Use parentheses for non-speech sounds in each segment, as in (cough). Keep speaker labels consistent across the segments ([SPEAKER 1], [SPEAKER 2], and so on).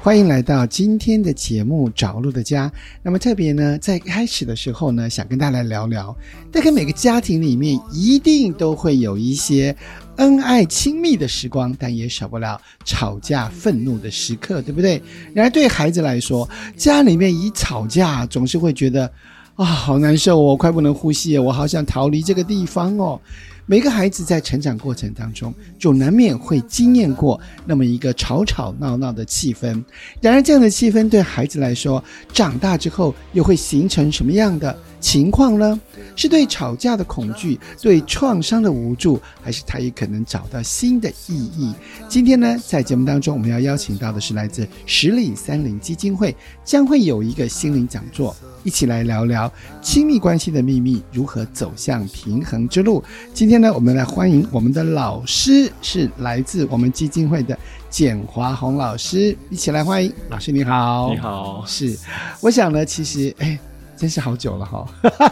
[SPEAKER 1] 欢迎来到今天的节目《找路的家》。那么特别呢，在开始的时候呢，想跟大家来聊聊，大概每个家庭里面一定都会有一些恩爱亲密的时光，但也少不了吵架、愤怒的时刻，对不对？然而对孩子来说，家里面一吵架，总是会觉得啊、好难受哦，快不能呼吸了，我好想逃离这个地方哦。每个孩子在成长过程当中，总难免会经验过那么一个吵吵闹闹的气氛。然而，这样的气氛对孩子来说，长大之后又会形成什么样的情况呢？是对吵架的恐惧，对创伤的无助，还是他也可能找到新的意义？今天呢，在节目当中，我们要邀请到的是来自十里三林基金会，将会有一个心灵讲座，一起来聊聊亲密关系的秘密，如何走向平衡之路。今天呢，我们来欢迎我们的老师，是来自我们基金会的简华红老师，一起来欢迎老师，你好，
[SPEAKER 2] 你，好，
[SPEAKER 1] 是，我想呢，其实哎，真是好久了哈、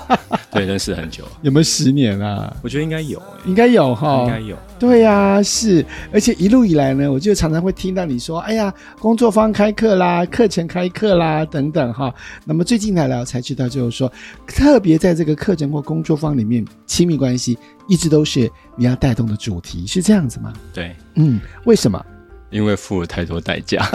[SPEAKER 2] (laughs) 对，认识很久，
[SPEAKER 1] 有没有十年啊？
[SPEAKER 2] 我觉得应该有、欸，
[SPEAKER 1] 应该有哈、
[SPEAKER 2] 应该有，
[SPEAKER 1] 对呀、是，而且一路以来呢，我就常常会听到你说，哎呀，工作方开课啦，课程开课啦，等等哈。那么最近来了才知道，就是说，特别在这个课程或工作方里面，亲密关系一直都是你要带动的主题，是这样子吗？
[SPEAKER 2] 对，
[SPEAKER 1] 嗯，为什么？
[SPEAKER 2] 因为付了太多代价，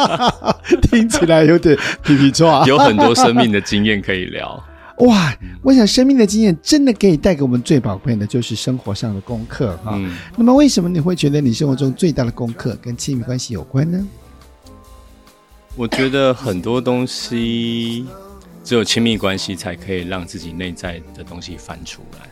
[SPEAKER 1] (laughs) 听起来 (laughs) 有点皮皮抓。
[SPEAKER 2] 有很多生命的经验可以聊。
[SPEAKER 1] 哇，我想生命的经验真的可以带给我们最宝贵的，就是生活上的功课哈。
[SPEAKER 2] (laughs) 嗯，
[SPEAKER 1] 那么，为什么你会觉得你生活中最大的功课跟亲密关系有关呢？
[SPEAKER 2] 我觉得很多东西只有亲密关系才可以让自己内在的东西翻出来。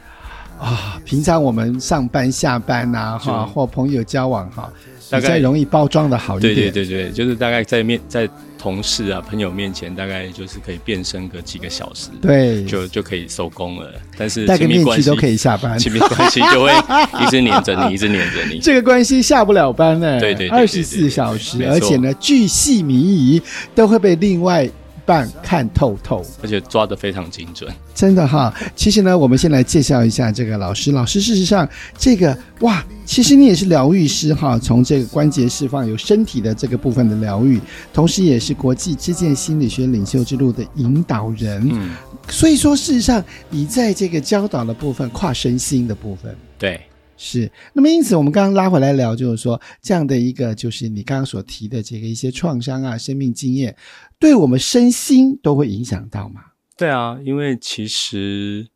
[SPEAKER 1] 啊，平常我们上班、下班呐、啊，哈，
[SPEAKER 2] 就
[SPEAKER 1] 或朋友交往哈，
[SPEAKER 2] 大
[SPEAKER 1] 比
[SPEAKER 2] 概
[SPEAKER 1] 较容易包装的好一
[SPEAKER 2] 对
[SPEAKER 1] 点。
[SPEAKER 2] 对对对，就是大概在面在同事啊朋友面前，大概就是可以变身个几个小时，
[SPEAKER 1] 对
[SPEAKER 2] 就就可以收工了。但是
[SPEAKER 1] 戴个
[SPEAKER 2] 亲密
[SPEAKER 1] 面
[SPEAKER 2] 关
[SPEAKER 1] 具
[SPEAKER 2] 系
[SPEAKER 1] 都可，以下班，
[SPEAKER 2] 亲密关系就会一直黏
[SPEAKER 1] (laughs)
[SPEAKER 2] 着你，一直黏着你。
[SPEAKER 1] 这个关系下不了班呢、
[SPEAKER 2] 对对对对
[SPEAKER 1] 二
[SPEAKER 2] 对
[SPEAKER 1] 十四小时，
[SPEAKER 2] 没
[SPEAKER 1] 而
[SPEAKER 2] 错
[SPEAKER 1] 且呢，巨细靡遗都会被另外一半看透透。
[SPEAKER 2] 而且抓得非常精准，
[SPEAKER 1] 真的哈，其实呢，我们先来介绍一下这个老师。老师，事实上，这个哇，其实你也是疗愈师哈，从这个关节释放有身体的这个部分的疗愈，同时也是国际之健心理学领袖之路的引导人。
[SPEAKER 2] 嗯，
[SPEAKER 1] 所以说，事实上，你在这个教导的部分，跨身心的部分。
[SPEAKER 2] 对，
[SPEAKER 1] 是，那么因此我们刚刚拉回来聊，就是说这样的一个，就是你刚刚所提的这个一些创伤啊、生命经验，对我们身心都会影响到嘛？
[SPEAKER 2] 对啊，因为其实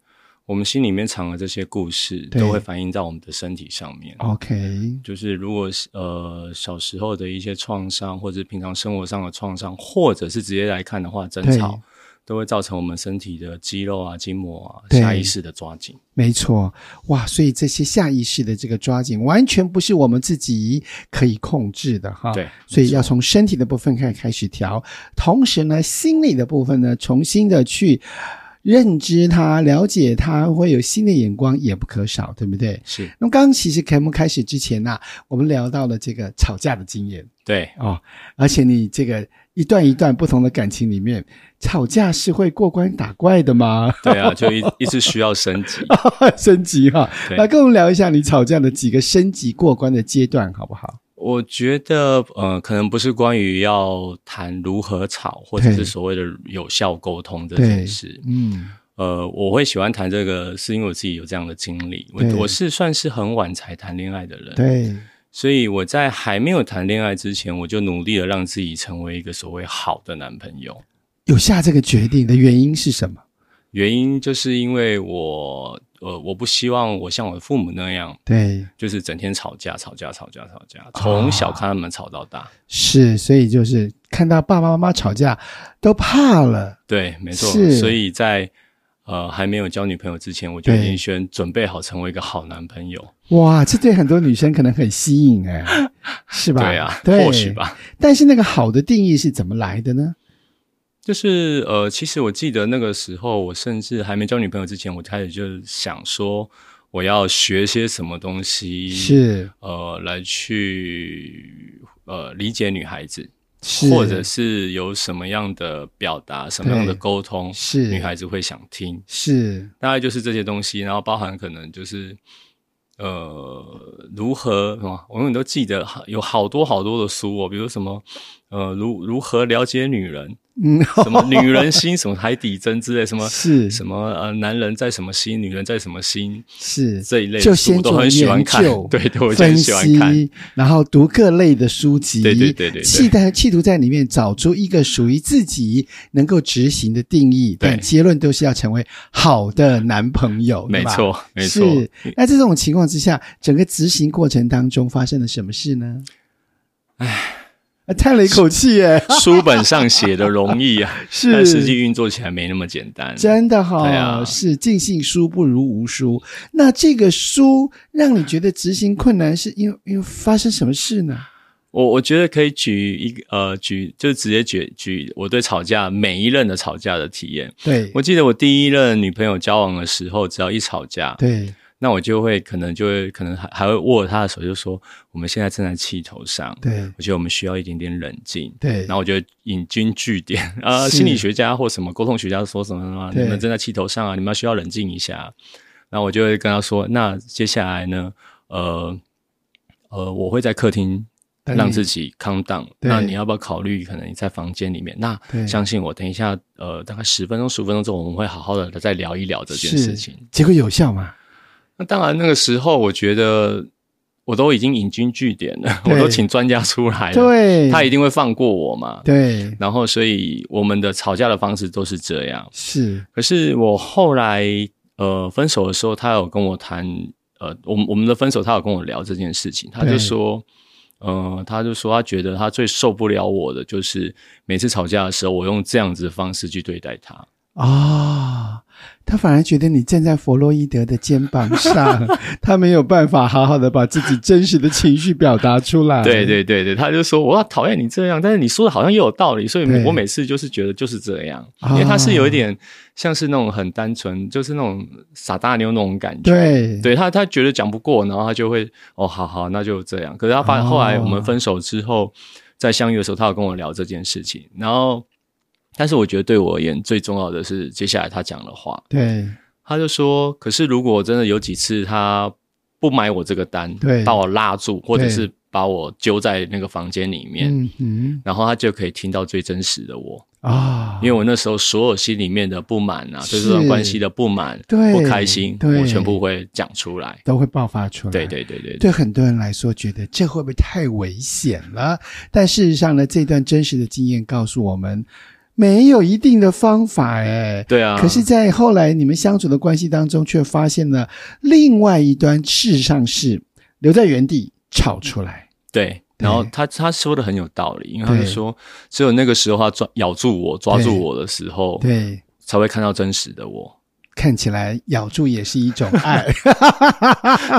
[SPEAKER 2] 我们心里面藏的这些故事，
[SPEAKER 1] 对哦
[SPEAKER 2] 都会反映在我们的身体上面。
[SPEAKER 1] OK，
[SPEAKER 2] 就是如果是呃小时候的一些创伤，或者平常生活上的创伤，或者是直接来看的话，争吵都会造成我们身体的肌肉啊、筋膜啊
[SPEAKER 1] 对
[SPEAKER 2] 下意识的抓紧。
[SPEAKER 1] 没错，哇，所以这些下意识的这个抓紧，完全不是我们自己可以控制的哈。，
[SPEAKER 2] 对，
[SPEAKER 1] 所以要从身体的部分开开始调，同时呢，心理的部分呢，重新的去认知它、了解它，会有新的眼光，也不可少，对不对？
[SPEAKER 2] 是，
[SPEAKER 1] 那么刚刚其实节目开始之前呢、啊我们聊到了这个吵架的经验
[SPEAKER 2] 对，
[SPEAKER 1] 哦，而且你这个一段一段不同的感情里面，吵架是会过关打怪的吗？ (laughs)
[SPEAKER 2] 对啊，就一一直需要升级。
[SPEAKER 1] 升级哈、
[SPEAKER 2] 对
[SPEAKER 1] 来跟我们聊一下你吵架的几个升级过关的阶段，好不好？
[SPEAKER 2] 我觉得，呃，可能不是关于要谈如何吵，或者
[SPEAKER 1] 对
[SPEAKER 2] 是所谓的有效沟通这件事。
[SPEAKER 1] 嗯，
[SPEAKER 2] 呃，我会喜欢谈这个，是因为我自己有这样的经历。
[SPEAKER 1] 对
[SPEAKER 2] 我我是算是很晚才谈恋爱的人，，
[SPEAKER 1] 对，
[SPEAKER 2] 所以我在还没有谈恋爱之前，我就努力的让自己成为一个所谓好的男朋友。
[SPEAKER 1] 有下这个决定的原因是什么？
[SPEAKER 2] 原因就是因为我，呃，我不希望我像我的父母那样，
[SPEAKER 1] 对，
[SPEAKER 2] 就是整天吵架、吵架、吵架、吵
[SPEAKER 1] 啊
[SPEAKER 2] 架，从小看他们吵到大。
[SPEAKER 1] 是，所以就是看到爸爸妈妈吵架都怕了，
[SPEAKER 2] 对，没错
[SPEAKER 1] 是。
[SPEAKER 2] 所以在呃还没有交女朋友之前，我就
[SPEAKER 1] 对
[SPEAKER 2] 已经先准备好成为一个好男朋友，
[SPEAKER 1] 哇，这对很多女生可能很吸引哎、是吧？
[SPEAKER 2] 对啊，
[SPEAKER 1] 对，
[SPEAKER 2] 或许。吧。
[SPEAKER 1] 但是那个好的定义是怎么来的呢？
[SPEAKER 2] 就是呃，其实我记得那个时候，我甚至还没交女朋友之前，我开始就想说，我要学些什么东西，
[SPEAKER 1] 是
[SPEAKER 2] 呃，来去呃理解女孩子，
[SPEAKER 1] 是，
[SPEAKER 2] 或者是有什么样的表达，什么样的
[SPEAKER 1] 对
[SPEAKER 2] 沟通，
[SPEAKER 1] 是
[SPEAKER 2] 女孩子会想听。
[SPEAKER 1] 是
[SPEAKER 2] 大概就是这些东西，然后包含可能就是呃如何什么，我永远都记得有好多好多的书哦，比如什么呃如如何了解女人，
[SPEAKER 1] 嗯，
[SPEAKER 2] 什么女人心，什么海底针之类，什么
[SPEAKER 1] (laughs) 是
[SPEAKER 2] 什么呃男人在什么心，女人在什么心
[SPEAKER 1] 是
[SPEAKER 2] 这一类
[SPEAKER 1] 就
[SPEAKER 2] 的书
[SPEAKER 1] 先
[SPEAKER 2] 我都
[SPEAKER 1] 做
[SPEAKER 2] 很喜欢
[SPEAKER 1] 研
[SPEAKER 2] 看 (laughs)
[SPEAKER 1] 究，
[SPEAKER 2] 对对，我就
[SPEAKER 1] 分
[SPEAKER 2] 很喜欢看。
[SPEAKER 1] 析，然后读各类的书籍，
[SPEAKER 2] 对对对对对
[SPEAKER 1] 企在企图在里面找出一个属于自己能够执行的定义，
[SPEAKER 2] 对
[SPEAKER 1] 但结论都是要成为好的男朋友，对
[SPEAKER 2] 没
[SPEAKER 1] 吧。
[SPEAKER 2] 错，没错。
[SPEAKER 1] 是， (laughs) 那这种情况之下，整个执行过程当中发生了什么事呢？哎，叹了一口气
[SPEAKER 2] (laughs)
[SPEAKER 1] 耶，
[SPEAKER 2] 书本上写的容易啊，
[SPEAKER 1] 是
[SPEAKER 2] 但实际运作起来没那么简单。
[SPEAKER 1] 真的哈、
[SPEAKER 2] 对啊
[SPEAKER 1] 是尽信书不如无书。那这个书让你觉得执行困难，是因为因为发生什么事呢？
[SPEAKER 2] 我我觉得可以举一个呃举，就直接举举我对吵架每一任的吵架的体验。
[SPEAKER 1] 对，
[SPEAKER 2] 我记得我第一任女朋友交往的时候，只要一吵架，
[SPEAKER 1] 对，
[SPEAKER 2] 那我就会可能就会可能还还会握着她的手，就说我们现在正在气头上，
[SPEAKER 1] 对，
[SPEAKER 2] 我觉得我们需要一点点冷静。
[SPEAKER 1] 对
[SPEAKER 2] 然，后我就引经据典，呃，
[SPEAKER 1] 是
[SPEAKER 2] 心理学家或什么沟通学家说什么什么，
[SPEAKER 1] 对
[SPEAKER 2] 你们正在气头上啊，你们需要冷静一下。然后我就会跟他说，那接下来呢，呃呃，我会在客厅
[SPEAKER 1] 等你
[SPEAKER 2] 让自己 calm down。
[SPEAKER 1] 对
[SPEAKER 2] 那你要不要考虑，可能你在房间里面？那
[SPEAKER 1] 对
[SPEAKER 2] 相信我，等一下，呃，大概十分钟、十五分钟之后，我们会好好的再聊一聊这件事情
[SPEAKER 1] 是。结果有效吗？
[SPEAKER 2] 那当然，那个时候我觉得我都已经引经据典了，
[SPEAKER 1] 对
[SPEAKER 2] 我都请专家出来了，
[SPEAKER 1] 对，
[SPEAKER 2] 哎他一定会放过我嘛。
[SPEAKER 1] 对，
[SPEAKER 2] 然后，所以我们的吵架的方式都是这样。
[SPEAKER 1] 是
[SPEAKER 2] 可是我后来呃分手的时候，他有跟我谈呃，我们我们的分手，他有跟我聊这件事情，他
[SPEAKER 1] 对
[SPEAKER 2] 就说。呃，他就说他觉得他最受不了我的就是每次吵架的时候，我用这样子的方式去对待他。
[SPEAKER 1] 啊、他反而觉得你站在弗洛伊德的肩膀
[SPEAKER 2] (laughs)
[SPEAKER 1] 上，他没有办法好好的把自己真实的情绪表达出来。
[SPEAKER 2] 对对对对，他就说我要讨厌你这样，但是你说的好像也有道理，所
[SPEAKER 1] 对
[SPEAKER 2] 以我每次就是觉得就是这样，
[SPEAKER 1] 啊
[SPEAKER 2] 因为他是有一点像是那种很单纯，就是那种傻大妞那种感觉。
[SPEAKER 1] 对
[SPEAKER 2] 对他，他觉得讲不过，然后他就会哦，好好，那就这样。可是他发现
[SPEAKER 1] 哦
[SPEAKER 2] 后来我们分手之后，在相遇的时候，他有跟我聊这件事情。然后，但是我觉得对我而言最重要的是接下来他讲的话，
[SPEAKER 1] 对
[SPEAKER 2] 他就说：“可是如果真的有几次他不买我这个单，
[SPEAKER 1] 对
[SPEAKER 2] 把我拉住，或者
[SPEAKER 1] 对
[SPEAKER 2] 是把我揪在那个房间里面，
[SPEAKER 1] 嗯嗯
[SPEAKER 2] 然后他就可以听到最真实的我，
[SPEAKER 1] 啊，
[SPEAKER 2] 因为我那时候所有心里面的不满啊，
[SPEAKER 1] 是
[SPEAKER 2] 对这段关系的不满、
[SPEAKER 1] 对
[SPEAKER 2] 不开心，
[SPEAKER 1] 对
[SPEAKER 2] 我全部会讲出来。
[SPEAKER 1] 都会爆发出来。
[SPEAKER 2] 对对对对对
[SPEAKER 1] 对很多人来说，觉得这会不会太危险了？但事实上呢，这段真实的经验告诉我们，没有一定的方法哎。
[SPEAKER 2] 对啊！
[SPEAKER 1] 可是，在后来你们相处的关系当中，却发现了另外一端，事实上是留在原地吵出来。
[SPEAKER 2] 对，
[SPEAKER 1] 对
[SPEAKER 2] 然后他他说的很有道理，因为他
[SPEAKER 1] 对
[SPEAKER 2] 是说，只有那个时候他抓咬住我、抓住我的时候，
[SPEAKER 1] 对，
[SPEAKER 2] 才会看到真实的我。
[SPEAKER 1] 看起来咬住也是一种
[SPEAKER 2] (laughs)
[SPEAKER 1] 爱，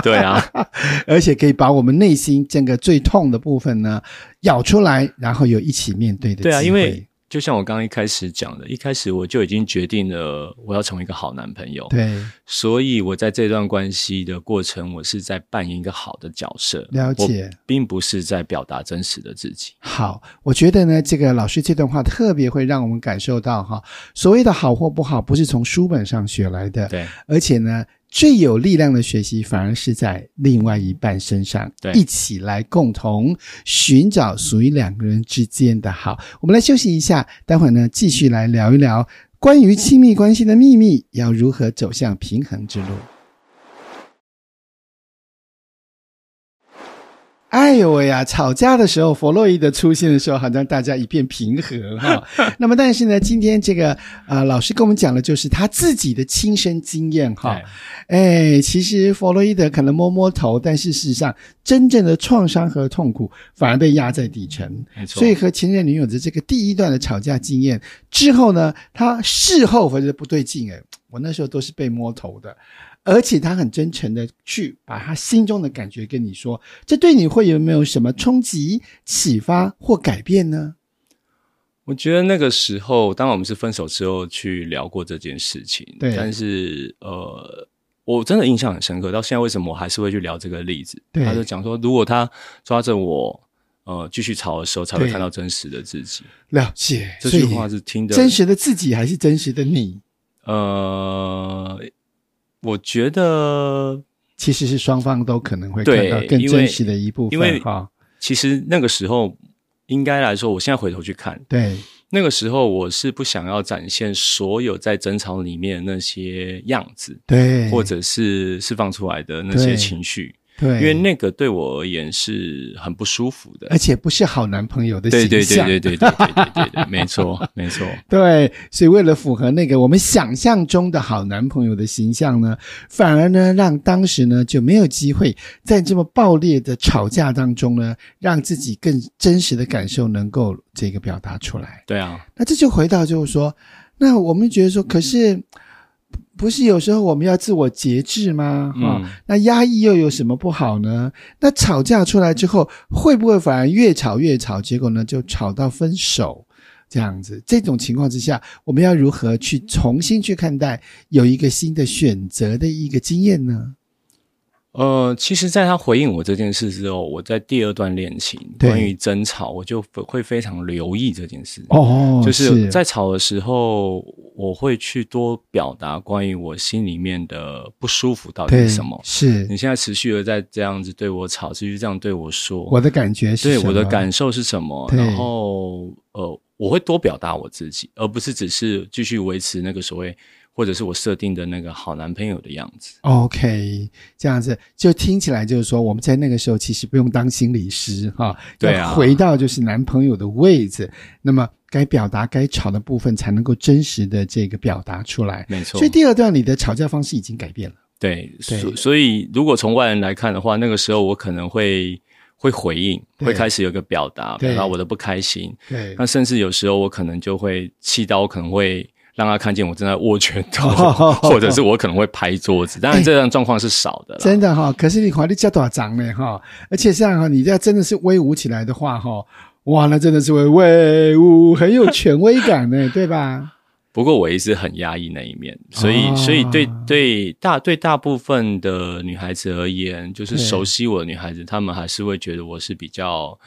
[SPEAKER 2] 对啊，
[SPEAKER 1] (laughs) 而且可以把我们内心整个最痛的部分呢咬出来，然后有一起面对的
[SPEAKER 2] 对啊，
[SPEAKER 1] 机
[SPEAKER 2] 因为
[SPEAKER 1] 会
[SPEAKER 2] 就像我刚刚一开始讲的，一开始我就已经决定了我要成为一个好男朋友，
[SPEAKER 1] 对
[SPEAKER 2] 所以我在这段关系的过程，我是在扮演一个好的角色，
[SPEAKER 1] 了解
[SPEAKER 2] 我并不是在表达真实的自己。
[SPEAKER 1] 好，我觉得呢，这个老师这段话特别会让我们感受到哈，所谓的好或不好，不是从书本上学来的，
[SPEAKER 2] 对
[SPEAKER 1] 而且呢，最有力量的学习反而是在另外一半身上，
[SPEAKER 2] 对
[SPEAKER 1] 一起来共同寻找属于两个人之间的好。我们来休息一下，待会儿呢继续来聊一聊关于亲密关系的秘密，要如何走向平衡之路。哎呦喂呀！吵架的时候，弗洛伊德出现的时候，好像大家一片平和哈。那么，但是呢，今天这个呃，老师跟我们讲的就是他自己的亲身经验哈
[SPEAKER 2] 对。
[SPEAKER 1] 哎，其实弗洛伊德可能摸摸头，但是事实上，真正的创伤和痛苦反而被压在底层。
[SPEAKER 2] 没错
[SPEAKER 1] 所以和前任女友的这个第一段的吵架经验之后呢，他事后发觉不对劲，哎，我那时候都是被摸头的，而且他很真诚的去把他心中的感觉跟你说，这对你会有没有什么冲击、启发或改变呢？
[SPEAKER 2] 我觉得那个时候，当然我们是分手之后去聊过这件事情，
[SPEAKER 1] 对
[SPEAKER 2] 但是呃，我真的印象很深刻，到现在为什么我还是会去聊这个例子？
[SPEAKER 1] 对
[SPEAKER 2] 他就讲说，如果他抓着我。呃，继续吵的时候才会
[SPEAKER 1] 对
[SPEAKER 2] 看到真实的自己。
[SPEAKER 1] 了解，
[SPEAKER 2] 这句话是听
[SPEAKER 1] 所以
[SPEAKER 2] 得
[SPEAKER 1] 真实的自己还是真实的你？
[SPEAKER 2] 呃，我觉得
[SPEAKER 1] 其实是双方都可能会看到
[SPEAKER 2] 对
[SPEAKER 1] 更
[SPEAKER 2] 因
[SPEAKER 1] 真
[SPEAKER 2] 为
[SPEAKER 1] 实的一部
[SPEAKER 2] 因为
[SPEAKER 1] 分哈。
[SPEAKER 2] 其实那个时候，应该来说，我现在回头去看，
[SPEAKER 1] 对，
[SPEAKER 2] 那个时候我是不想要展现所有在争吵里面的那些样子，
[SPEAKER 1] 对，
[SPEAKER 2] 或者是释放出来的那些
[SPEAKER 1] 对
[SPEAKER 2] 情绪，
[SPEAKER 1] 对，
[SPEAKER 2] 因为那个对我而言是很不舒服的
[SPEAKER 1] (laughs) 而。且不是好男朋友的形
[SPEAKER 2] 对
[SPEAKER 1] 象。
[SPEAKER 2] 对对对对对对对对对，没错没错，
[SPEAKER 1] 对，所以为了符合那个我们想象中的好男朋友的形象呢，反而呢让当时呢就没有机会在这么爆裂的吵架当中呢，让自己更真实的感受能够这个表达出来。
[SPEAKER 2] 对啊，
[SPEAKER 1] 那这就回到就是说，那我们觉得说，可是不是有时候我们要自我节制吗？哈、
[SPEAKER 2] 嗯，
[SPEAKER 1] 那压抑又有什么不好呢？那吵架出来之后，会不会反而越吵越吵，结果呢就吵到分手这样子？这种情况之下，我们要如何去重新去看待有一个新的选择的一个经验呢？
[SPEAKER 2] 呃，其实，在他回应我这件事之后，我在第二段恋情
[SPEAKER 1] 对
[SPEAKER 2] 关于争吵，我就会非常留意这件事。
[SPEAKER 1] 哦
[SPEAKER 2] 就是在吵的时候，我会去多表达关于我心里面的不舒服到底
[SPEAKER 1] 对
[SPEAKER 2] 是什么。
[SPEAKER 1] 是
[SPEAKER 2] 你现在持续的在这样子对我吵，持续这样对我说，
[SPEAKER 1] 我的感觉是
[SPEAKER 2] 对
[SPEAKER 1] 什
[SPEAKER 2] 我的
[SPEAKER 1] 么
[SPEAKER 2] 感受是什么？
[SPEAKER 1] 对
[SPEAKER 2] 然后呃，我会多表达我自己，而不是只是继续维持那个所谓或者是我设定的那个好男朋友的样子。
[SPEAKER 1] OK，这样子就听起来就是说，我们在那个时候其实不用当心理师哈，
[SPEAKER 2] 对
[SPEAKER 1] 要
[SPEAKER 2] 啊
[SPEAKER 1] 回到就是男朋友的位置，那么该表达、该吵的部分才能够真实的这个表达出来。
[SPEAKER 2] 没错
[SPEAKER 1] 所以，第二段你的吵架方式已经改变了，
[SPEAKER 2] 对，
[SPEAKER 1] 对
[SPEAKER 2] 所所以如果从外人来看的话，那个时候我可能会会回应，
[SPEAKER 1] 对
[SPEAKER 2] 会开始有一个表达，
[SPEAKER 1] 对
[SPEAKER 2] 表达我的不开心。
[SPEAKER 1] 对
[SPEAKER 2] 那甚至有时候我可能就会气到，我可能会让他看见我正在握拳
[SPEAKER 1] (laughs)
[SPEAKER 2] 头，或者是我可能会拍桌子。当然，这样状况是少的啦。
[SPEAKER 1] 真的哈、可是你华丽叫多少张呢哈？而且这样哈，你这样真的是威武起来的话哈，哇，那真的是会威武，很有权威感呢，对吧？
[SPEAKER 2] 不过我一直很压抑那一面，所以、
[SPEAKER 1] 啊
[SPEAKER 2] 所以对对大对大部分的女孩子而言，就是
[SPEAKER 1] 对
[SPEAKER 2] 熟悉我的女孩子，她们还是会觉得我是比较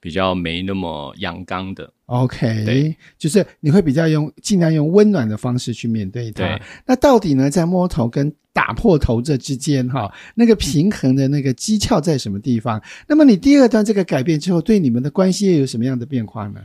[SPEAKER 2] 比较没那么阳刚的。
[SPEAKER 1] OK，
[SPEAKER 2] 对
[SPEAKER 1] 就是你会比较用尽量用温暖的方式去面对它
[SPEAKER 2] 对。
[SPEAKER 1] 那到底呢，在摸头跟打破头这之间，哈，那个平衡的那个技巧在什么地方？那么你第二段这个改变之后，对你们的关系又有什么样的变化呢？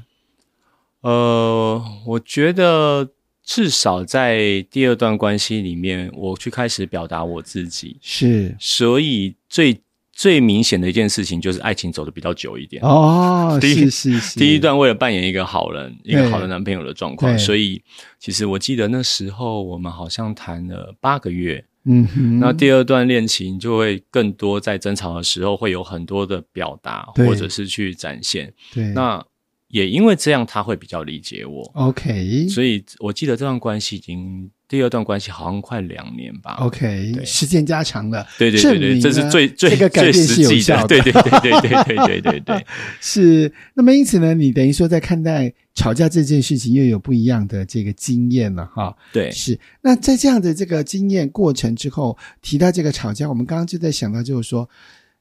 [SPEAKER 2] 呃，我觉得至少在第二段关系里面，我去开始表达我自己，
[SPEAKER 1] 是
[SPEAKER 2] 所以最最明显的一件事情就是爱情走的比较久一点。
[SPEAKER 1] 哦，
[SPEAKER 2] (laughs) 第
[SPEAKER 1] 是
[SPEAKER 2] 一
[SPEAKER 1] 是是，
[SPEAKER 2] 第一段为了扮演一个好人，一个
[SPEAKER 1] 对
[SPEAKER 2] 好的男朋友的状
[SPEAKER 1] 对
[SPEAKER 2] 况，所以其实我记得那时候我们好像谈了八个月，
[SPEAKER 1] 嗯哼，
[SPEAKER 2] 那第二段恋情就会更多在争吵的时候会有很多的表达，
[SPEAKER 1] 对
[SPEAKER 2] 或者是去展现。
[SPEAKER 1] 对
[SPEAKER 2] 那也因为这样，他会比较理解我，
[SPEAKER 1] OK
[SPEAKER 2] 所以我记得这段关系已经第二段关系好像快两年吧。
[SPEAKER 1] OK，
[SPEAKER 2] 对
[SPEAKER 1] 时间加长了，
[SPEAKER 2] 对对
[SPEAKER 1] 证
[SPEAKER 2] 对
[SPEAKER 1] 明
[SPEAKER 2] 对，这是
[SPEAKER 1] 呢
[SPEAKER 2] 最最
[SPEAKER 1] 这个改
[SPEAKER 2] 最
[SPEAKER 1] 变是
[SPEAKER 2] 实
[SPEAKER 1] 有
[SPEAKER 2] 际
[SPEAKER 1] 效的，
[SPEAKER 2] 对对对对对对对对对。
[SPEAKER 1] 是，那么因此呢，你等于说在看待吵架这件事情又有不一样的这个经验了哈。
[SPEAKER 2] 对，
[SPEAKER 1] 是，那在这样的这个经验过程之后，提到这个吵架，我们刚刚就在想到，就是说，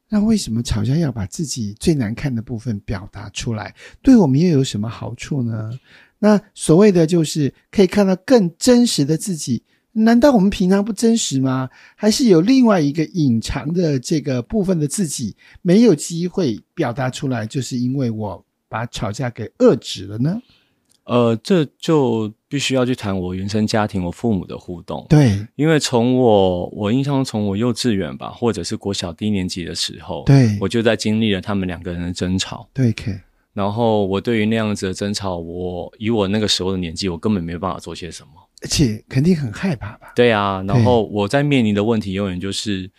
[SPEAKER 1] 那为什么吵架要把自己最难看的部分表达出来？对我们又有什么好处呢？那所谓的就是可以看到更真实的自己，难道我们平常不真实吗？还是有另外一个隐藏的这个部分的自己没有机会表达出来，就是因为我把吵架给遏制了呢？
[SPEAKER 2] 呃，这就必须要去谈我原生家庭、我父母的互动。
[SPEAKER 1] 对
[SPEAKER 2] 因为从我我印象中，从我幼稚园吧，或者是国小低年级的时候，
[SPEAKER 1] 对
[SPEAKER 2] 我就在经历了他们两个人的争吵。
[SPEAKER 1] 对，K
[SPEAKER 2] 然后我对于那样子的争吵，我以我那个时候的年纪，我根本没有办法做些什么。
[SPEAKER 1] 而且肯定很害怕吧？
[SPEAKER 2] 对啊，然后我在面临的问题永远就是，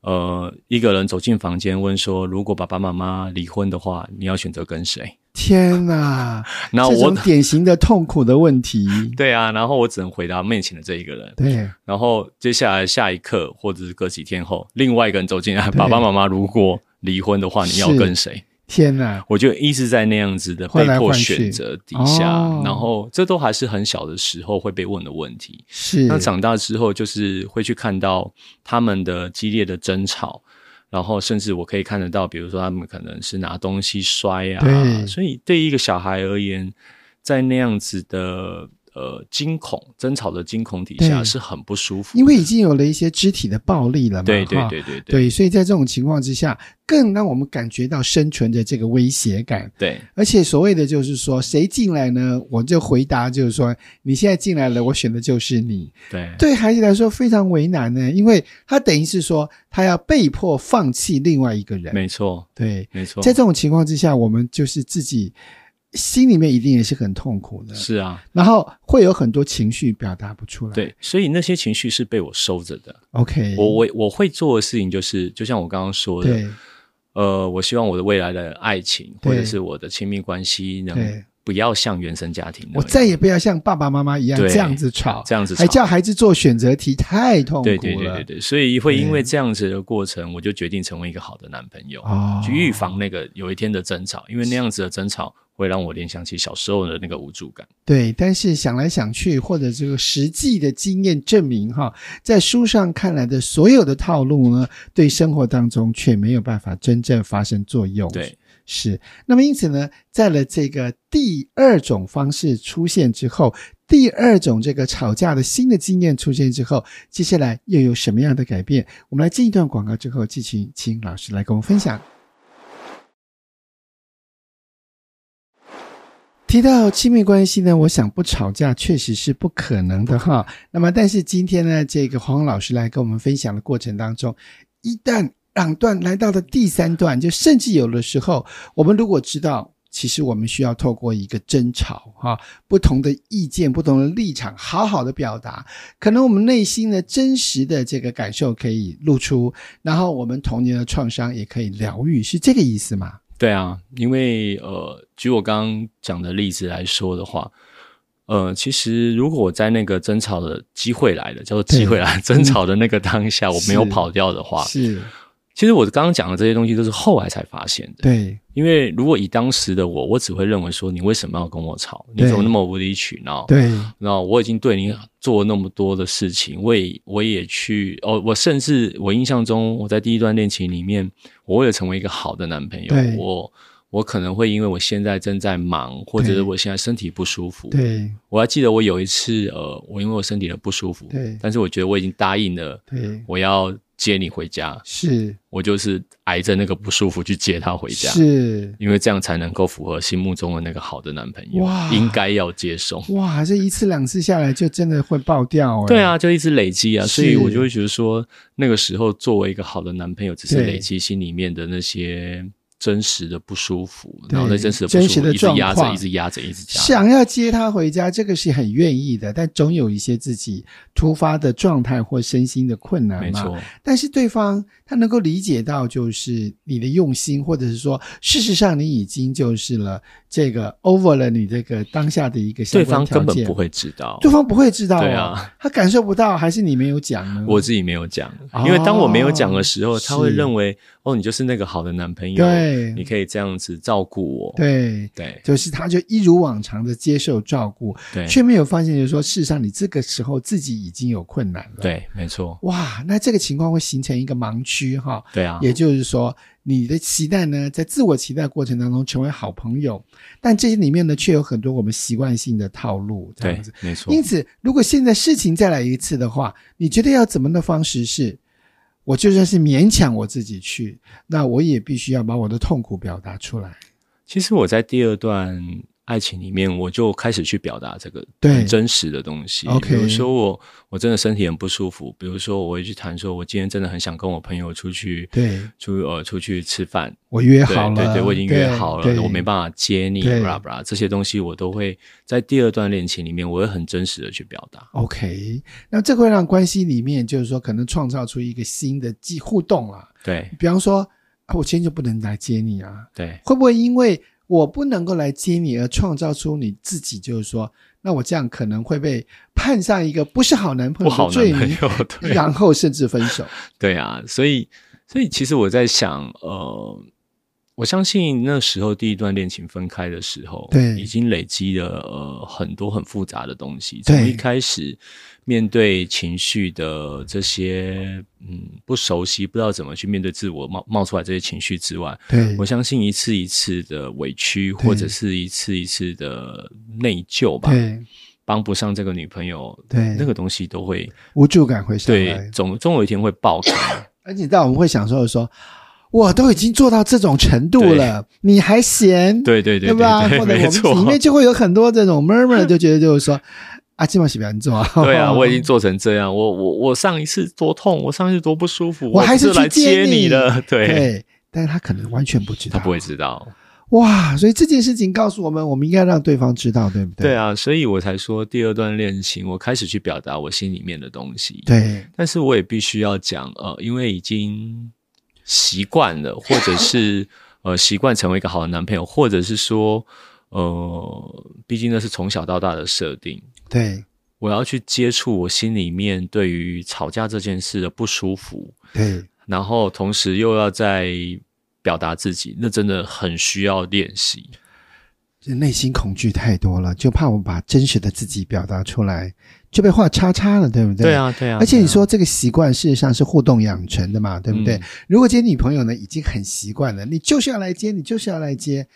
[SPEAKER 2] 呃，一个人走进房间问说，如果爸爸妈妈离婚的话，你要选择跟谁？
[SPEAKER 1] 天
[SPEAKER 2] (laughs)
[SPEAKER 1] 哪，
[SPEAKER 2] 然后
[SPEAKER 1] 这
[SPEAKER 2] 我
[SPEAKER 1] 种，典型的痛苦的问题，
[SPEAKER 2] (laughs) 对啊，然后我只能回答面前的这一个人。
[SPEAKER 1] 对
[SPEAKER 2] 然后接下来下一刻，或者是隔几天后，另外一个人走进来，
[SPEAKER 1] 对
[SPEAKER 2] 爸爸妈妈如果离婚的话，你
[SPEAKER 1] 是
[SPEAKER 2] 要跟谁？
[SPEAKER 1] 天哪，
[SPEAKER 2] 我就一直在那样子的
[SPEAKER 1] 换
[SPEAKER 2] 被
[SPEAKER 1] 来
[SPEAKER 2] 迫
[SPEAKER 1] 换去
[SPEAKER 2] 选择底下，
[SPEAKER 1] 哦
[SPEAKER 2] 然后这都还是很小的时候会被问的问题。
[SPEAKER 1] 是
[SPEAKER 2] 那长大之后，就是会去看到他们的激烈的争吵，然后甚至我可以看得到，比如说他们可能是拿东西摔
[SPEAKER 1] 对
[SPEAKER 2] 啊，所以对于一个小孩而言，在那样子的呃惊恐，争吵的惊恐底下
[SPEAKER 1] 对
[SPEAKER 2] 是很不舒服的，
[SPEAKER 1] 因为已经有了一些肢体的暴力了嘛，
[SPEAKER 2] 对对
[SPEAKER 1] 哈
[SPEAKER 2] 对对
[SPEAKER 1] 对，所以在这种情况之下，更让我们感觉到生存着这个威胁感。
[SPEAKER 2] 对
[SPEAKER 1] 而且所谓的就是说，谁进来呢？我就回答就是说，你现在进来了，我选的就是你。
[SPEAKER 2] 对
[SPEAKER 1] 对孩子来说非常为难呢，因为他等于是说他要被迫放弃另外一个人。
[SPEAKER 2] 没错
[SPEAKER 1] 对，
[SPEAKER 2] 没错
[SPEAKER 1] 在，这种情况之下，我们就是自己心里面一定也是很痛苦的，
[SPEAKER 2] 是啊，
[SPEAKER 1] 然后会有很多情绪表达不出来。
[SPEAKER 2] 对，所以那些情绪是被我收着的。
[SPEAKER 1] ，OK，
[SPEAKER 2] 我我我会做的事情就是，就像我刚刚说的，
[SPEAKER 1] 对
[SPEAKER 2] 呃，我希望我的未来的爱情
[SPEAKER 1] 对
[SPEAKER 2] 或者是我的亲密关系
[SPEAKER 1] 对
[SPEAKER 2] 能不要像原生家庭那样，
[SPEAKER 1] 我再也不要像爸爸妈妈一样
[SPEAKER 2] 对
[SPEAKER 1] 这样子吵，
[SPEAKER 2] 这样子吵
[SPEAKER 1] 还叫孩子做选择题，太痛苦
[SPEAKER 2] 对
[SPEAKER 1] 了。
[SPEAKER 2] 对对对对，所以会因为这样子的过程，我就决定成为一个好的男朋友，
[SPEAKER 1] 哦，
[SPEAKER 2] 去预防那个有一天的争吵，因为那样子的争吵会让我联想起小时候的那个无助感。
[SPEAKER 1] 对，但是想来想去，或者这个实际的经验证明，哈，在书上看来的所有的套路呢，对生活当中却没有办法真正发生作用。
[SPEAKER 2] 对，
[SPEAKER 1] 是。那么因此呢，在了这个第二种方式出现之后，第二种这个吵架的新的经验出现之后，接下来又有什么样的改变？我们来进一段广告之后，继续请老师来跟我们分享。提到亲密关系呢，我想不吵架确实是不可能的哈。那么，但是今天呢，这个黄宏老师来跟我们分享的过程当中，一旦两段来到了第三段，就甚至有的时候，我们如果知道，其实我们需要透过一个争吵哈、不同的意见、不同的立场，好好的表达，可能我们内心的真实的这个感受可以露出，然后我们童年的创伤也可以疗愈，是这个意思吗？
[SPEAKER 2] 对啊，因为呃，举我刚刚讲的例子来说的话，呃，其实如果我在那个争吵的机会来了，叫做机会来了争吵的那个当下，我没有
[SPEAKER 1] 是
[SPEAKER 2] 跑掉的话，
[SPEAKER 1] 嗯是，
[SPEAKER 2] 其实我刚刚讲的这些东西都是后来才发现的。
[SPEAKER 1] 对，
[SPEAKER 2] 因为如果以当时的我，我只会认为说你为什么要跟我吵？你
[SPEAKER 1] 对
[SPEAKER 2] 怎么那么无理取闹？
[SPEAKER 1] 对，
[SPEAKER 2] 那我已经对你做那么多的事情，我也我也去哦，我甚至我印象中，我在第一段恋情里面，我为了成为一个好的男朋友
[SPEAKER 1] 对，
[SPEAKER 2] 我我可能会因为我现在正在忙，或者
[SPEAKER 1] 对
[SPEAKER 2] 是我现在身体不舒服，
[SPEAKER 1] 对，
[SPEAKER 2] 我还记得我有一次，呃，我因为我身体的不舒服
[SPEAKER 1] 对，
[SPEAKER 2] 但是我觉得我已经答应了，
[SPEAKER 1] 对，
[SPEAKER 2] 我要接你回家，
[SPEAKER 1] 是，
[SPEAKER 2] 我就是挨着那个不舒服去接他回家，
[SPEAKER 1] 是，
[SPEAKER 2] 因为这样才能够符合心目中的那个好的男朋友
[SPEAKER 1] 哇，
[SPEAKER 2] 应该要接受。
[SPEAKER 1] 哇，这一次两次下来，就真的会爆掉、哎
[SPEAKER 2] 对，啊，就一直累积啊，
[SPEAKER 1] 是
[SPEAKER 2] 所以我就会觉得说，那个时候作为一个好的男朋友，只是
[SPEAKER 1] 对
[SPEAKER 2] 累积心里面的那些真实的不舒服，
[SPEAKER 1] 对
[SPEAKER 2] 然后那真实的不
[SPEAKER 1] 真
[SPEAKER 2] 舒
[SPEAKER 1] 实
[SPEAKER 2] 服
[SPEAKER 1] 的
[SPEAKER 2] 一直
[SPEAKER 1] 状
[SPEAKER 2] 压
[SPEAKER 1] 况
[SPEAKER 2] 着，一直压着，一直压着。
[SPEAKER 1] 想要接他回家，这个是很愿意的，但总有一些自己突发的状态或身心的困难嘛。
[SPEAKER 2] 没错，
[SPEAKER 1] 但是对方他能够理解到，就是你的用心，或者是说，事实上你已经就是了这个 over 了你这个当下的一个相
[SPEAKER 2] 对
[SPEAKER 1] 关
[SPEAKER 2] 方
[SPEAKER 1] 条
[SPEAKER 2] 根
[SPEAKER 1] 件。
[SPEAKER 2] 本不，会知道，
[SPEAKER 1] 对方不会知道、
[SPEAKER 2] 对啊，
[SPEAKER 1] 他感受不到，还是你没有讲呢？
[SPEAKER 2] 我自己没有讲
[SPEAKER 1] 哦，
[SPEAKER 2] 因为当我没有讲的时候，他会
[SPEAKER 1] 是
[SPEAKER 2] 认为哦，你就是那个好的男朋友，
[SPEAKER 1] 对
[SPEAKER 2] 你可以这样子照顾我，
[SPEAKER 1] 对，
[SPEAKER 2] 对
[SPEAKER 1] 就是他就一如往常的接受照顾，
[SPEAKER 2] 对
[SPEAKER 1] 却没有发现，就是说，事实上你这个时候自己已经有困难了。，
[SPEAKER 2] 对，没错，
[SPEAKER 1] 哇，那这个情况会形成一个盲区哈。
[SPEAKER 2] 对啊，
[SPEAKER 1] 也就是说，你的期待呢，在自我期待过程当中成为好朋友，但这些里面呢，却有很多我们习惯性的套路，这
[SPEAKER 2] 对
[SPEAKER 1] 样子。，
[SPEAKER 2] 没错
[SPEAKER 1] 因，此，如果现在事情再来一次的话，你觉得要怎么的方式是？我就算是勉强我自己去，那我也必须要把我的痛苦表达出来。
[SPEAKER 2] 其实我在第二段爱情里面，我就开始去表达这个
[SPEAKER 1] 对
[SPEAKER 2] 很真实的东西。
[SPEAKER 1] OK
[SPEAKER 2] 比如说我我真的身体很不舒服，比如说我会去谈说，我今天真的很想跟我朋友出去，
[SPEAKER 1] 对
[SPEAKER 2] 出呃出去吃饭，
[SPEAKER 1] 我约
[SPEAKER 2] 对
[SPEAKER 1] 好了，
[SPEAKER 2] 对对，我已经约好
[SPEAKER 1] 对
[SPEAKER 2] 了，我没办法接你，
[SPEAKER 1] 对
[SPEAKER 2] 布拉布拉这些东西，我都会在第二段恋情里面，我会很真实的去表达。
[SPEAKER 1] OK，那这会让关系里面就是说，可能创造出一个新的既互动啦。
[SPEAKER 2] 对
[SPEAKER 1] 比方说，啊，我今天就不能来接你啊，
[SPEAKER 2] 对
[SPEAKER 1] 会不会因为我不能够来接你而创造出你自己，就是说，那我这样可能会被判上一个不是好男朋
[SPEAKER 2] 不
[SPEAKER 1] 友的
[SPEAKER 2] 好男
[SPEAKER 1] 罪
[SPEAKER 2] 朋
[SPEAKER 1] 名， (laughs)
[SPEAKER 2] 友， (laughs) 对
[SPEAKER 1] 然后甚至分手。
[SPEAKER 2] 对啊，所以所以其实我在想，呃，我相信那时候第一段恋情分开的时候，
[SPEAKER 1] 对
[SPEAKER 2] 已经累积了呃很多很复杂的东西。
[SPEAKER 1] 对
[SPEAKER 2] 从一开始面对情绪的这些嗯不熟悉，不知道怎么去面对自我冒冒出来这些情绪之外，
[SPEAKER 1] 对
[SPEAKER 2] 我相信一次一次的委屈，
[SPEAKER 1] 对
[SPEAKER 2] 或者是一次一次的内疚吧，
[SPEAKER 1] 对
[SPEAKER 2] 帮不上这个女朋友，
[SPEAKER 1] 对
[SPEAKER 2] 那个东西都会
[SPEAKER 1] 无助感会上
[SPEAKER 2] 对
[SPEAKER 1] 来，。
[SPEAKER 2] 总总有一天会爆开。
[SPEAKER 1] 而且到我们会享受的说，我都已经做到这种程度了，你还嫌？
[SPEAKER 2] 对对对
[SPEAKER 1] 对吧？
[SPEAKER 2] 对，
[SPEAKER 1] 或者
[SPEAKER 2] (laughs) 没
[SPEAKER 1] 我们里
[SPEAKER 2] 错，
[SPEAKER 1] 面就会有很多这种 murmur，就觉得就是说啊，基本上是不做啊。
[SPEAKER 2] (laughs) 对啊，
[SPEAKER 1] (laughs)
[SPEAKER 2] 我已经做成这样，我我我上一次多痛，我上一次多不舒服，
[SPEAKER 1] 我还
[SPEAKER 2] 不
[SPEAKER 1] 是
[SPEAKER 2] 是
[SPEAKER 1] 去
[SPEAKER 2] 来
[SPEAKER 1] 接
[SPEAKER 2] 接
[SPEAKER 1] 你
[SPEAKER 2] 的，对，
[SPEAKER 1] 对，但是他可能完全不知道，
[SPEAKER 2] 他不会知道，
[SPEAKER 1] 哇，所以这件事情告诉我们，我们应该让对方知道，对不
[SPEAKER 2] 对
[SPEAKER 1] 对？
[SPEAKER 2] 啊，所以我才说第二段恋情，我开始去表达我心里面的东西，
[SPEAKER 1] 对
[SPEAKER 2] 但是我也必须要讲，呃，因为已经习惯了，或者是
[SPEAKER 1] (laughs)
[SPEAKER 2] 呃习惯成为一个好的男朋友，或者是说，呃，毕竟那是从小到大的设定，
[SPEAKER 1] 对
[SPEAKER 2] 我要去接触我心里面对于吵架这件事的不舒服，
[SPEAKER 1] 对
[SPEAKER 2] 然后同时又要在表达自己，那真的很需要练习。
[SPEAKER 1] 这内心恐惧太多了，就怕我们把真实的自己表达出来，就被画叉叉了，对不对？
[SPEAKER 2] 对。啊，对啊，
[SPEAKER 1] 而且你
[SPEAKER 2] 对啊
[SPEAKER 1] 说这个习惯事实上是互动养成的嘛，对不对？
[SPEAKER 2] 嗯
[SPEAKER 1] 如果今天女朋友呢已经很习惯了，你就是要来接，你就是要来接，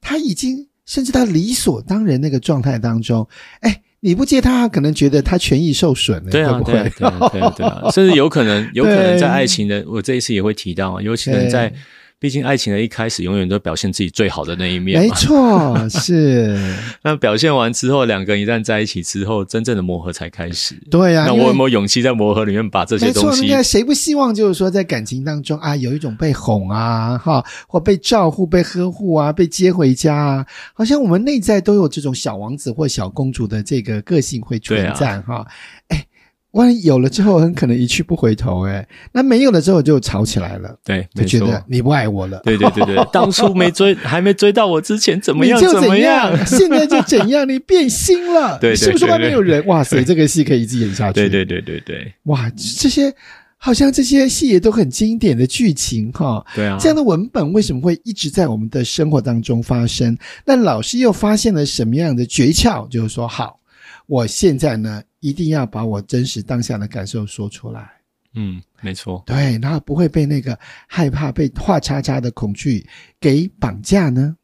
[SPEAKER 1] 她已经甚至她理所当然那个状态当中，哎，你不接她，可能觉得她权益受损了，
[SPEAKER 2] 对啊，
[SPEAKER 1] 会不
[SPEAKER 2] 对
[SPEAKER 1] 会？
[SPEAKER 2] 啊，对啊，对啊，对啊，甚至有可能，有可能在爱情的，我这一次也会提到，有可能在
[SPEAKER 1] 对，
[SPEAKER 2] 毕竟爱情的一开始，永远都表现自己最好的那一面
[SPEAKER 1] 没
[SPEAKER 2] 嘛。
[SPEAKER 1] 错，是，
[SPEAKER 2] 那表现完之后，两个人一旦在一起之后，真正的磨合才开始。
[SPEAKER 1] 对呀、啊。
[SPEAKER 2] 那
[SPEAKER 1] 因
[SPEAKER 2] 我
[SPEAKER 1] 为
[SPEAKER 2] 有没有勇气在磨合里面把这些
[SPEAKER 1] 没错，
[SPEAKER 2] 东
[SPEAKER 1] 那
[SPEAKER 2] 西？
[SPEAKER 1] 个谁不希望就是说在感情当中啊，有一种被哄啊，哈，或被照顾、被呵护啊，被接回家啊，好像我们内在都有这种小王子或小公主的这个个性会存在、
[SPEAKER 2] 啊
[SPEAKER 1] 哈。哎，万一有了之后，很可能一去不回头哎、那没有了之后就吵起来了，
[SPEAKER 2] 对，
[SPEAKER 1] 就
[SPEAKER 2] 没
[SPEAKER 1] 觉
[SPEAKER 2] 错。
[SPEAKER 1] 得你不爱我了。
[SPEAKER 2] 对对对对，当初没追，还没追到我之前，怎么
[SPEAKER 1] 你
[SPEAKER 2] 样？
[SPEAKER 1] 就
[SPEAKER 2] 么
[SPEAKER 1] 怎
[SPEAKER 2] 样？
[SPEAKER 1] 现在就怎样，你变心了，
[SPEAKER 2] (laughs) 对对
[SPEAKER 1] 是不是
[SPEAKER 2] 对
[SPEAKER 1] 外面
[SPEAKER 2] 对
[SPEAKER 1] 有人？哇
[SPEAKER 2] (laughs)
[SPEAKER 1] 塞，这个戏可以一直演下去。
[SPEAKER 2] 对对对对对
[SPEAKER 1] 哇，这些好像这些戏也都很经典的剧情哈。
[SPEAKER 2] 对啊！
[SPEAKER 1] 这样的文本为什么会一直在我们的生活当中发生？那老师又发现了什么样的诀窍？就是说，好，我现在呢一定要把我真实当下的感受说出来，
[SPEAKER 2] 嗯，没错，
[SPEAKER 1] 对，然后不会被那个害怕被画叉叉的恐惧给绑架呢？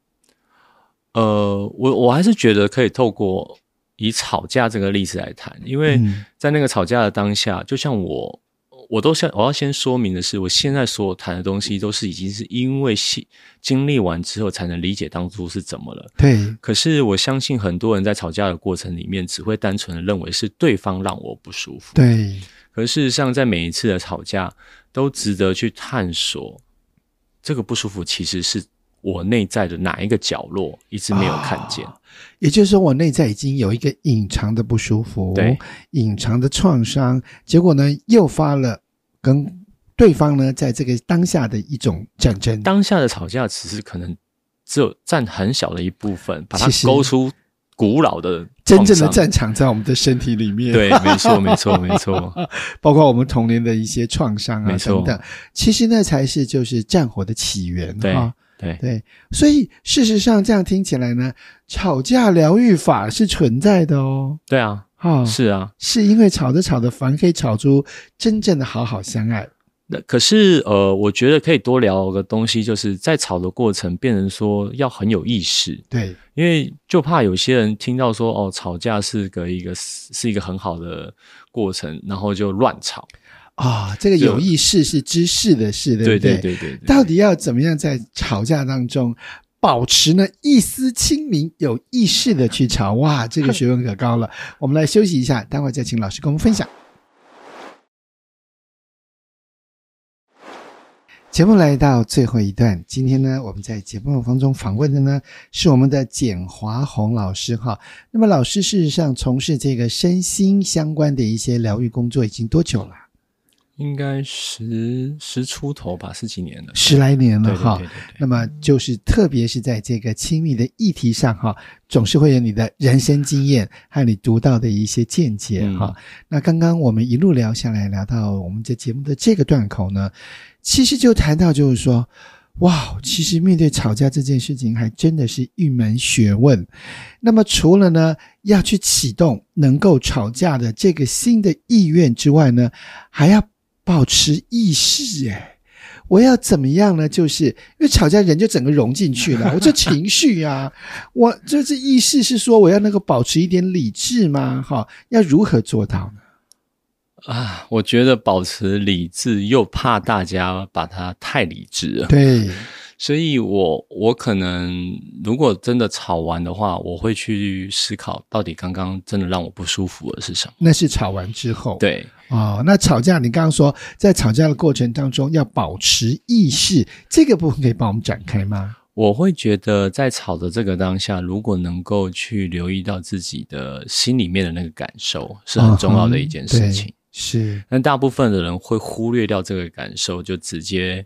[SPEAKER 2] 呃，我我还是觉得可以透过以吵架这个例子来谈，因为
[SPEAKER 1] 嗯
[SPEAKER 2] 在那个吵架的当下，就像我，我都先我要先说明的是，我现在所谈的东西都是已经是因为系经历完之后才能理解当初是怎么了。
[SPEAKER 1] 对
[SPEAKER 2] 可是我相信很多人在吵架的过程里面，只会单纯的认为是对方让我不舒服。
[SPEAKER 1] 对，
[SPEAKER 2] 可是事实上，在每一次的吵架，都值得去探索这个不舒服其实是我内在的哪一个角落一直没有看见。
[SPEAKER 1] 啊也就是说，我内在已经有一个隐藏的不舒服，
[SPEAKER 2] 对，
[SPEAKER 1] 隐藏的创伤，结果呢，诱发了跟对方呢，在这个当下的一种战争。
[SPEAKER 2] 当下的吵架只是可能只有占很小的一部分，把它
[SPEAKER 1] 其实
[SPEAKER 2] 勾出古老的
[SPEAKER 1] 真正的
[SPEAKER 2] 创伤。
[SPEAKER 1] 战场在我们的身体里面，
[SPEAKER 2] 对，没错，没错，没
[SPEAKER 1] (laughs)
[SPEAKER 2] 错，
[SPEAKER 1] 包括我们童年的一些创伤啊
[SPEAKER 2] 没错
[SPEAKER 1] 等等，其实那才是就是战火的起源
[SPEAKER 2] 对
[SPEAKER 1] 啊。
[SPEAKER 2] 对，
[SPEAKER 1] 对，所以事实上这样听起来呢，吵架疗愈法是存在的哦。
[SPEAKER 2] 对啊，
[SPEAKER 1] 啊、
[SPEAKER 2] 是啊。
[SPEAKER 1] 是因为吵着吵着，反而可以吵出真正的好好相爱。
[SPEAKER 2] 那可是呃，我觉得可以多聊个东西，就是在吵的过程，变成说要很有意识，
[SPEAKER 1] 对，
[SPEAKER 2] 因为就怕有些人听到说哦，吵架是个一个是一个很好的过程，然后就乱吵。
[SPEAKER 1] 啊、这个
[SPEAKER 2] 就
[SPEAKER 1] 有意识是知识的事，对不
[SPEAKER 2] 对
[SPEAKER 1] 对
[SPEAKER 2] 对对对，
[SPEAKER 1] 到底要怎么样在吵架当中保持呢一丝清明、有意识的去吵？哇，这个学问可高了。 (laughs) 我们来休息一下，待会儿再请老师跟我们分享。节目来到最后一段，今天呢，我们在节目当中访问的呢是我们的简华红老师哈。那么老师事实上从事这个身心相关的一些疗愈工作已经多久了？
[SPEAKER 2] 应该十十出头吧，十几年了，
[SPEAKER 1] 十来年
[SPEAKER 2] 对
[SPEAKER 1] 了
[SPEAKER 2] 对
[SPEAKER 1] 哈
[SPEAKER 2] 对。对对。
[SPEAKER 1] 那么就是特别是在这个亲密的议题上哈，总是会有你的人生经验和你独到的一些见解哈。那刚刚我们一路聊下来，聊到我们这节目的这个段口呢，其实就谈到就是说。哇，其实面对吵架这件事情，还真的是一门学问。那么除了呢，要去启动能够吵架的这个新的意愿之外呢，还要保持意识。哎，我要怎么样呢？就是因为吵架人就整个融进去了，我这情绪啊，我就是意识是说我要能够保持一点理智嘛，哈，要如何做到呢？
[SPEAKER 2] 啊，我觉得保持理智又怕大家把它太理智了，
[SPEAKER 1] 对，
[SPEAKER 2] 所以我我可能如果真的吵完的话，我会去思考到底刚刚真的让我不舒服的是什么。
[SPEAKER 1] 那是吵完之后，
[SPEAKER 2] 对，
[SPEAKER 1] 哦，那吵架你刚刚说在吵架的过程当中要保持意识，这个部分可以帮我们展开吗？
[SPEAKER 2] 我会觉得在吵的这个当下，如果能够去留意到自己的心里面的那个感受，是很重要的一件事情。
[SPEAKER 1] 嗯哼对是
[SPEAKER 2] 但大部分的人会忽略掉这个感受，就直接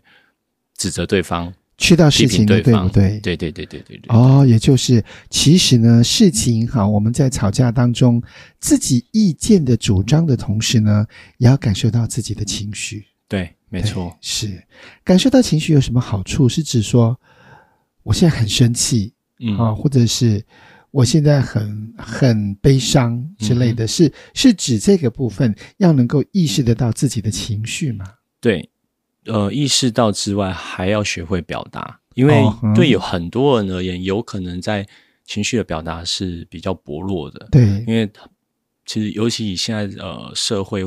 [SPEAKER 2] 指责对方、
[SPEAKER 1] 去到事
[SPEAKER 2] 批评
[SPEAKER 1] 情的对
[SPEAKER 2] 方，
[SPEAKER 1] 不对？
[SPEAKER 2] 对对对对对对。
[SPEAKER 1] 哦，也就是其实呢，事情哈，我们在吵架当中，自己意见的主张的同时呢，也要感受到自己的情绪。
[SPEAKER 2] 对，没
[SPEAKER 1] 对
[SPEAKER 2] 错，，
[SPEAKER 1] 是感受到情绪有什么好处？是指说我现在很生气
[SPEAKER 2] 嗯，
[SPEAKER 1] 啊，或者是我现在很很悲伤之类
[SPEAKER 2] 嗯
[SPEAKER 1] 的，是是指这个部分要能够意识得到自己的情绪嘛？
[SPEAKER 2] 对，呃，意识到之外，还要学会表达，因为
[SPEAKER 1] 哦嗯
[SPEAKER 2] 对有很多人而言，有可能在情绪的表达是比较薄弱的，
[SPEAKER 1] 对，
[SPEAKER 2] 因为其实尤其以现在呃社会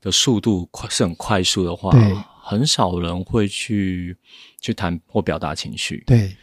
[SPEAKER 2] 的速度快是很快速的话
[SPEAKER 1] 对，
[SPEAKER 2] 很少人会去去谈或表达情绪，
[SPEAKER 1] 对，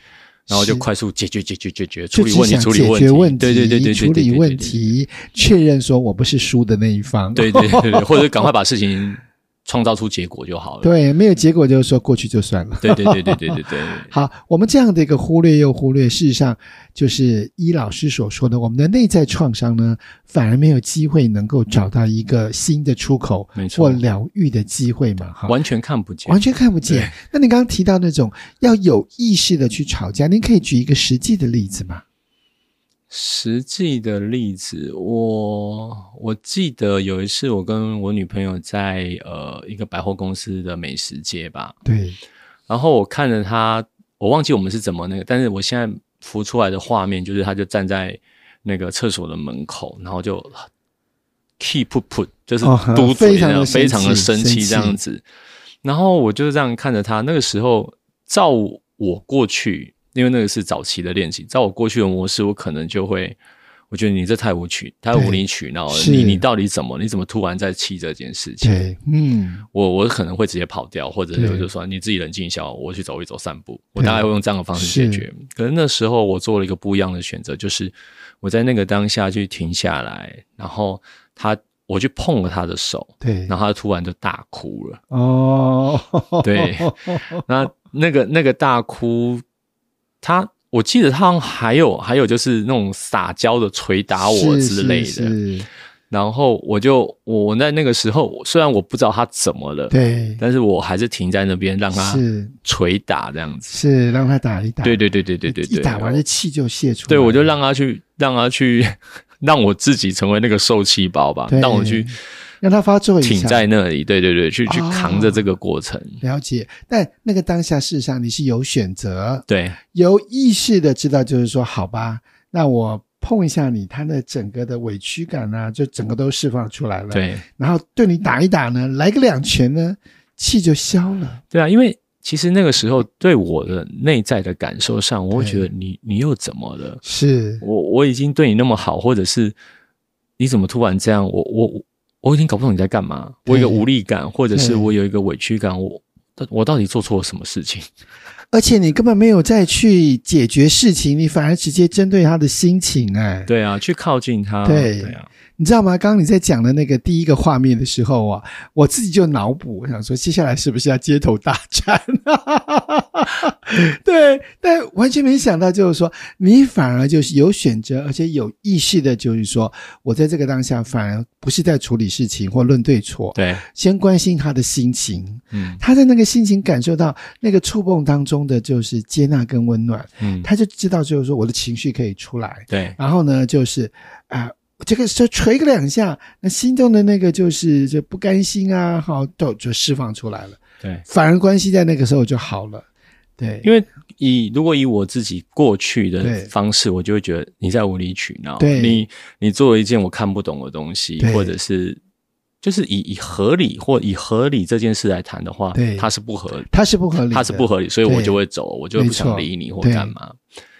[SPEAKER 2] 然后就是快速解决解决解决，处
[SPEAKER 1] 就
[SPEAKER 2] 理
[SPEAKER 1] 只
[SPEAKER 2] 问题
[SPEAKER 1] 想
[SPEAKER 2] 处理
[SPEAKER 1] 解
[SPEAKER 2] 问
[SPEAKER 1] 决
[SPEAKER 2] 题，
[SPEAKER 1] 问题，
[SPEAKER 2] 对对对对对，
[SPEAKER 1] 处
[SPEAKER 2] 对
[SPEAKER 1] 理问，题，确认说我不是输的那一方。
[SPEAKER 2] 对对对对对对，或者赶快把事情创造出结果就好
[SPEAKER 1] (laughs)
[SPEAKER 2] 了。
[SPEAKER 1] 对，没有结果就是说过去就算了。
[SPEAKER 2] 对对对对对对对，
[SPEAKER 1] 好，我们这样的一个忽略又忽略，事实上就是依老师所说的，我们的内在创伤呢，反而没有机会能够找到一个新的出口 (laughs)
[SPEAKER 2] 没错
[SPEAKER 1] 或疗愈的机会嘛？哈，
[SPEAKER 2] 完全看不见
[SPEAKER 1] 完。全看不见。那你刚刚提到那种要有意识的去吵架，您可以举一个实际的例子吗？
[SPEAKER 2] 实际的例子，我我记得有一次我跟我女朋友在呃一个百货公司的美食街吧，
[SPEAKER 1] 对，
[SPEAKER 2] 然后我看着她，我忘记我们是怎么那个，但是我现在浮出来的画面就是她就站在那个厕所的门口，然后就 keep put，就是
[SPEAKER 1] 哦
[SPEAKER 2] 嘟嘴
[SPEAKER 1] 非常
[SPEAKER 2] 那
[SPEAKER 1] 地
[SPEAKER 2] 样，非常的
[SPEAKER 1] 生
[SPEAKER 2] 生
[SPEAKER 1] 气
[SPEAKER 2] 气这
[SPEAKER 1] 生
[SPEAKER 2] 样
[SPEAKER 1] 气
[SPEAKER 2] 子。然后我就这样看着她，那个时候照我过去，因为那个是早期的练习，照我过去的模式，我可能就会。我觉得你这太无趣，太无理取闹了。
[SPEAKER 1] 是
[SPEAKER 2] 你你到底怎么？你怎么突然在气这件事情？
[SPEAKER 1] 对，嗯，
[SPEAKER 2] 我我可能会直接跑掉，或者
[SPEAKER 1] 对
[SPEAKER 2] 我就说你自己冷静一下，我去走一走、散步。我
[SPEAKER 1] 对
[SPEAKER 2] 大概会用这样的方式解决。可是那时候我做了一个不一样的选择，就是我在那个当下去停下来，然后他我去碰了他的手，
[SPEAKER 1] 对，
[SPEAKER 2] 然后他突然就大哭了。
[SPEAKER 1] 哦，
[SPEAKER 2] (laughs) 对，
[SPEAKER 1] (laughs)
[SPEAKER 2] 那那个那个大哭，他我记得他好像还有还有就是那种撒娇的捶打我
[SPEAKER 1] 是
[SPEAKER 2] 之类的。
[SPEAKER 1] 是是
[SPEAKER 2] 然后我就我在那个时候，虽然我不知道他怎么了，
[SPEAKER 1] 对，
[SPEAKER 2] 但是我还是停在那边让他
[SPEAKER 1] 是
[SPEAKER 2] 捶打这样子。
[SPEAKER 1] 是让他打一打，
[SPEAKER 2] 对对对对对对对，
[SPEAKER 1] 一打完
[SPEAKER 2] 我
[SPEAKER 1] 这气就泄出来了，
[SPEAKER 2] 对我就让他去，让他去， (laughs) 让我自己成为那个受气包吧
[SPEAKER 1] 对，
[SPEAKER 2] 让我去
[SPEAKER 1] 让他发作一下，
[SPEAKER 2] 挺在那里。对对对，去去
[SPEAKER 1] 哦
[SPEAKER 2] 扛着这个过程。
[SPEAKER 1] 了解，但那个当下，事实上你是有选择、
[SPEAKER 2] 对
[SPEAKER 1] 有意识的知道，就是说，好吧，那我碰一下你，他的整个的委屈感啊，就整个都释放出来了。，
[SPEAKER 2] 对
[SPEAKER 1] 然后对你打一打呢，来个两拳呢，气就消了。
[SPEAKER 2] 对啊，因为其实那个时候对我的内在的感受上，我会觉得你你又怎么了？
[SPEAKER 1] 是，
[SPEAKER 2] 我我已经对你那么好，或者是你怎么突然这样？我我我我已经搞不懂你在干嘛。
[SPEAKER 1] 对
[SPEAKER 2] 我有一个无力感，或者是
[SPEAKER 1] 对
[SPEAKER 2] 我有一个委屈感，我我到底做错了什么事情？
[SPEAKER 1] 而且你根本没有再去解决事情，你反而直接针对他的心情、哎，
[SPEAKER 2] 对啊，去靠近他，
[SPEAKER 1] 对
[SPEAKER 2] 对啊，
[SPEAKER 1] 你知道吗？刚刚你在讲的那个第一个画面的时候啊，我自己就脑补，我想说接下来是不是要街头大战？啊对，但完全没想到，就是说你反而就是有选择，而且有意识的，就是说我在这个当下反而不是在处理事情或论对错，
[SPEAKER 2] 对，
[SPEAKER 1] 先关心他的心情，
[SPEAKER 2] 嗯
[SPEAKER 1] 他在那个心情感受到那个触碰当中的就是接纳跟温暖，
[SPEAKER 2] 嗯，
[SPEAKER 1] 他就知道就是说我的情绪可以出来，
[SPEAKER 2] 对
[SPEAKER 1] 然后呢，就是啊、这个就捶个两下，那心中的那个就是就不甘心啊，好都就释放出来了，
[SPEAKER 2] 对，
[SPEAKER 1] 反而关系在那个时候就好了。对，
[SPEAKER 2] 因为以如果以我自己过去
[SPEAKER 1] 对
[SPEAKER 2] 的方式，我就会觉得你在无理取闹，
[SPEAKER 1] 对
[SPEAKER 2] 你你做了一件我看不懂的东西
[SPEAKER 1] 对，
[SPEAKER 2] 或者是。就是以以合理或以合理这件事来谈的话，
[SPEAKER 1] 对
[SPEAKER 2] 它是不合理，
[SPEAKER 1] 它是不合理的，
[SPEAKER 2] 它是不合理，所以
[SPEAKER 1] 对
[SPEAKER 2] 我就会走，我就会不
[SPEAKER 1] 没
[SPEAKER 2] 想
[SPEAKER 1] 错
[SPEAKER 2] 理你或
[SPEAKER 1] 对
[SPEAKER 2] 干嘛。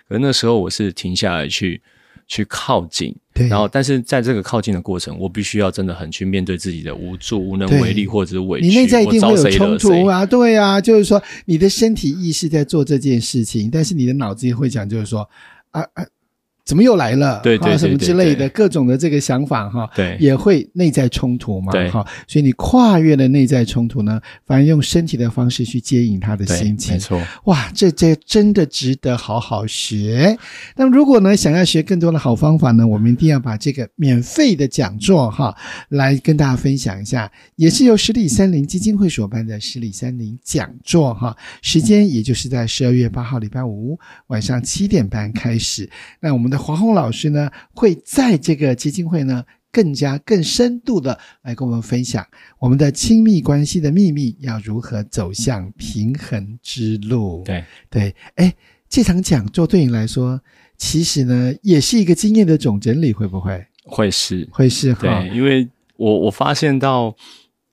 [SPEAKER 2] 可是那时候我是停下来去去靠近，
[SPEAKER 1] 对，
[SPEAKER 2] 然后但是在这个靠近的过程，我必须要真的很去面对自己的无助、无能
[SPEAKER 1] 对
[SPEAKER 2] 为力或者是委屈，
[SPEAKER 1] 你内在一定会
[SPEAKER 2] 我
[SPEAKER 1] 有
[SPEAKER 2] 招谁
[SPEAKER 1] 冲
[SPEAKER 2] 惹
[SPEAKER 1] 突
[SPEAKER 2] 谁？
[SPEAKER 1] 啊，对啊，就是说你的身体意识在做这件事情，但是你的脑子也会讲，就是说啊啊，怎么又来了？
[SPEAKER 2] 对对
[SPEAKER 1] 啊、
[SPEAKER 2] 对
[SPEAKER 1] 什么
[SPEAKER 2] 对
[SPEAKER 1] 之类
[SPEAKER 2] 对
[SPEAKER 1] 的各种的这个想法哈。
[SPEAKER 2] 对，
[SPEAKER 1] 也会内在冲突嘛
[SPEAKER 2] 对，
[SPEAKER 1] 哈，所以你跨越了内在冲突呢，反而用身体的方式去接引他的
[SPEAKER 2] 对
[SPEAKER 1] 心，情
[SPEAKER 2] 没，错。
[SPEAKER 1] 哇，这这真的值得好好学。那么，如果呢想要学更多的好方法呢，我们一定要把这个免费的讲座哈来跟大家分享一下，也是由十里三陵基金会所办的十里三陵讲座哈，时间也就是在十二月八号礼拜五晚上七点半开始。那我们的黄宏老师呢会在这个基金会呢。更加更深度的来跟我们分享我们的亲密关系的秘密，要如何走向平衡之路？
[SPEAKER 2] 对
[SPEAKER 1] 对，哎，这场讲座对你来说，其实呢也是一个经验的总整理，会不会？
[SPEAKER 2] 会是，
[SPEAKER 1] 会是哈
[SPEAKER 2] 对，，因为我我发现到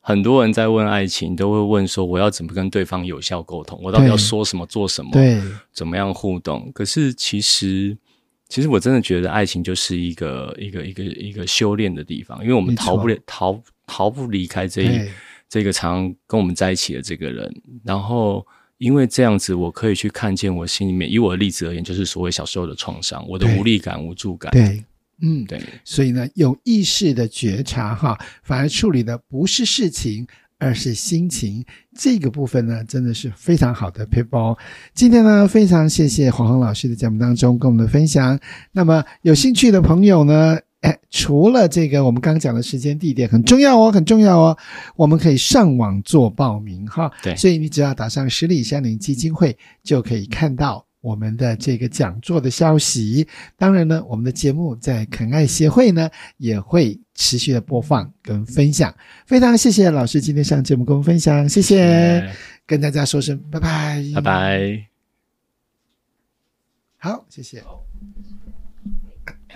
[SPEAKER 2] 很多人在问爱情，都会问说我要怎么跟对方有效沟通，我到底
[SPEAKER 1] 对
[SPEAKER 2] 要说什么、做什么，
[SPEAKER 1] 对
[SPEAKER 2] 怎么样互动？可是其实。其实我真的觉得爱情就是一个一个一个一个修炼的地方，因为我们
[SPEAKER 1] 没错
[SPEAKER 2] 逃不了逃逃不离开这一
[SPEAKER 1] 对
[SPEAKER 2] 这个常跟我们在一起的这个人。然后因为这样子，我可以去看见我心里面，以我的例子而言，就是所谓小时候的创伤，我的
[SPEAKER 1] 对
[SPEAKER 2] 无力感、无助感。
[SPEAKER 1] 对，嗯，
[SPEAKER 2] 对
[SPEAKER 1] 所以呢，有意识的觉察哈，反而处理的不是事情。而是心情这个部分呢，真的是非常好的哦 people。今天呢，非常谢谢黄宏老师的节目当中跟我们的分享。那么有兴趣的朋友呢，哎，除了这个我们刚讲的时间地点很重要哦，很重要哦，我们可以上网做报名哈。
[SPEAKER 2] 对
[SPEAKER 1] 所以你只要打上十里山林基金会，就可以看到我们的这个讲座的消息。当然呢，我们的节目在肯爱协会呢也会持续的播放跟分享。非常谢谢老师今天上节目跟我们分享，谢谢，跟大家说声拜拜，
[SPEAKER 2] 拜。拜。
[SPEAKER 1] 好，谢谢。